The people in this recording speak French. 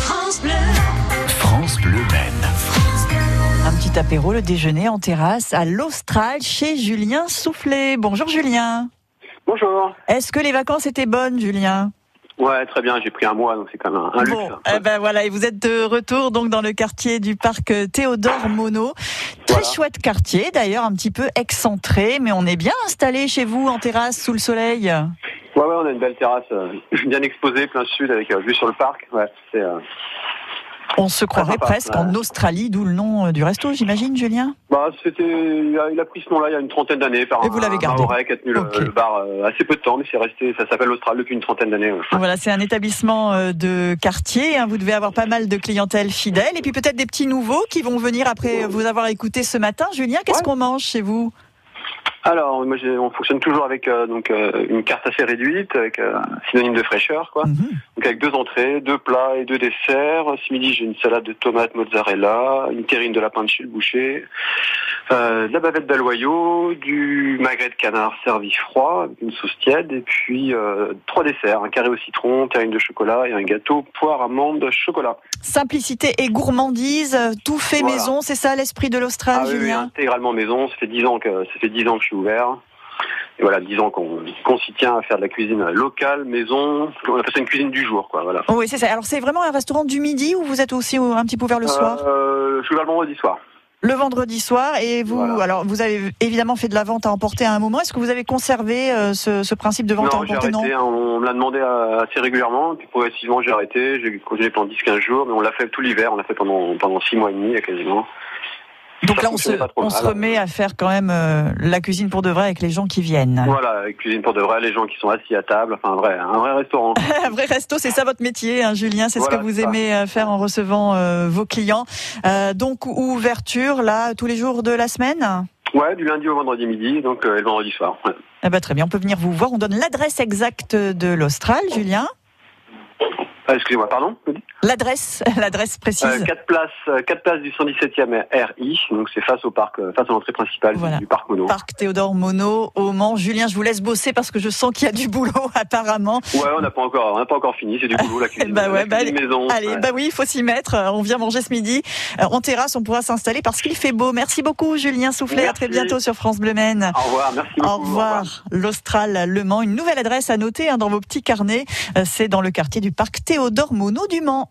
France Bleu. France Bleu Maine. Un petit apéro, le déjeuner en terrasse à l'Austral chez Julien Soufflet. Bonjour Julien. Bonjour. Est-ce que les vacances étaient bonnes Julien Ouais, très bien, j'ai pris un mois, donc c'est quand même un, un luxe. hein. Bon, eh ben voilà, et vous êtes de retour donc dans le quartier du parc Théodore Monod. Très Voilà. chouette quartier d'ailleurs, un petit peu excentré, mais on est bien installé chez vous en terrasse sous le soleil. Ouais, ouais, on a une belle terrasse, euh, bien exposée, plein sud, avec euh, vue sur le parc. Ouais, c'est, euh, On se croirait sympa, presque ouais. en Australie, d'où le nom euh, du resto, j'imagine Julien. bah, c'était, il a, il a pris ce nom-là il y a une trentaine d'années par Et un, vous l'avez un gardé. Mahorais qui a tenu le- Ok. le, bar euh, assez peu de temps, mais c'est resté, ça s'appelle l'Austral depuis une trentaine d'années. ouais. Voilà, c'est un établissement euh, de quartier. hein. Vous devez avoir pas mal de clientèle fidèle et puis peut-être des petits nouveaux qui vont venir après vous avoir écouté ce matin. Julien, qu'est-ce Ouais. qu'on mange chez vous Alors, moi, j'ai- on fonctionne toujours avec euh, donc euh, une carte assez réduite, avec euh, synonyme de fraîcheur, quoi. Mhm. Donc avec deux entrées, deux plats et deux desserts. Ce midi, j'ai une salade de tomates mozzarella, une terrine de lapin de chez le boucher, euh, de la bavette d'aloyau, du magret de canard servi froid, avec une sauce tiède, et puis euh, trois desserts, un carré au citron, terrine de chocolat et un gâteau poire, amande, chocolat. Simplicité et gourmandise, euh, tout fait Voilà. maison, c'est ça l'esprit de l'Austral, Ah oui, oui, Julien intégralement maison, ça fait dix ans que ça fait dix ans que je suis ouvert. Et voilà, dix ans qu'on qu'on s'y tient à faire de la cuisine locale, maison, on appelle ça une cuisine du jour, quoi, voilà. Oh oui, c'est ça. Alors c'est vraiment un restaurant du midi ou vous êtes aussi au- un petit peu ouvert le soir euh, Je suis ouvert le vendredi soir. Le vendredi soir et vous, Voilà. alors vous avez évidemment fait de la vente à emporter à un moment. Est-ce que vous avez conservé euh, ce, ce principe de vente à Non, j'ai emporter arrêté. hein, On me l'a demandé euh, assez régulièrement. Puis progressivement, j'ai arrêté. J'ai continué pendant 10-15 jours, mais on l'a fait tout l'hiver. On l'a fait pendant, pendant 6 mois et demi, quasiment. Donc Ça là, on se, fonctionnait pas trop on se mal. remet à faire quand même euh, la cuisine pour de vrai avec les gens qui viennent. Voilà, avec cuisine pour de vrai, les gens qui sont assis à table. Enfin, un vrai, un vrai restaurant. Un vrai resto, c'est ça votre métier, hein, Julien. C'est ce Voilà, que vous c'est ça. aimez euh, faire en recevant euh, vos clients. Euh, donc ouverture là tous les jours de la semaine. ouais, du lundi au vendredi midi, donc euh, et le vendredi soir. Ouais. Eh ben, très bien, on peut venir vous voir. On donne l'adresse exacte de l'Austral, Julien. Ah, Excusez-moi, pardon. L'adresse, l'adresse précise. 4 places, euh, quatre places du 117e RI. Donc c'est face au parc, euh, face à l'entrée principale du- Voilà. du parc Mono. Parc Théodore Monod au Mans. Julien, je vous laisse bosser parce que je sens qu'il y a du boulot apparemment. Ouais, on n'a pas encore, on n'a pas encore fini. C'est du boulot la cuisine. bah ouais, la bah cuisine maison. Allez, ouais. bah oui, il faut s'y mettre. Euh, On vient manger ce midi. Euh, En terrasse, on pourra s'installer parce qu'il fait beau. Merci beaucoup, Julien Soufflet. À très Merci. bientôt sur France Bleu Maine. Au revoir, merci beaucoup. Au revoir, l'Austral Le Mans. Une nouvelle adresse à noter hein, dans vos petits carnets. Euh, C'est dans le quartier du parc Théodore Monod du Mans.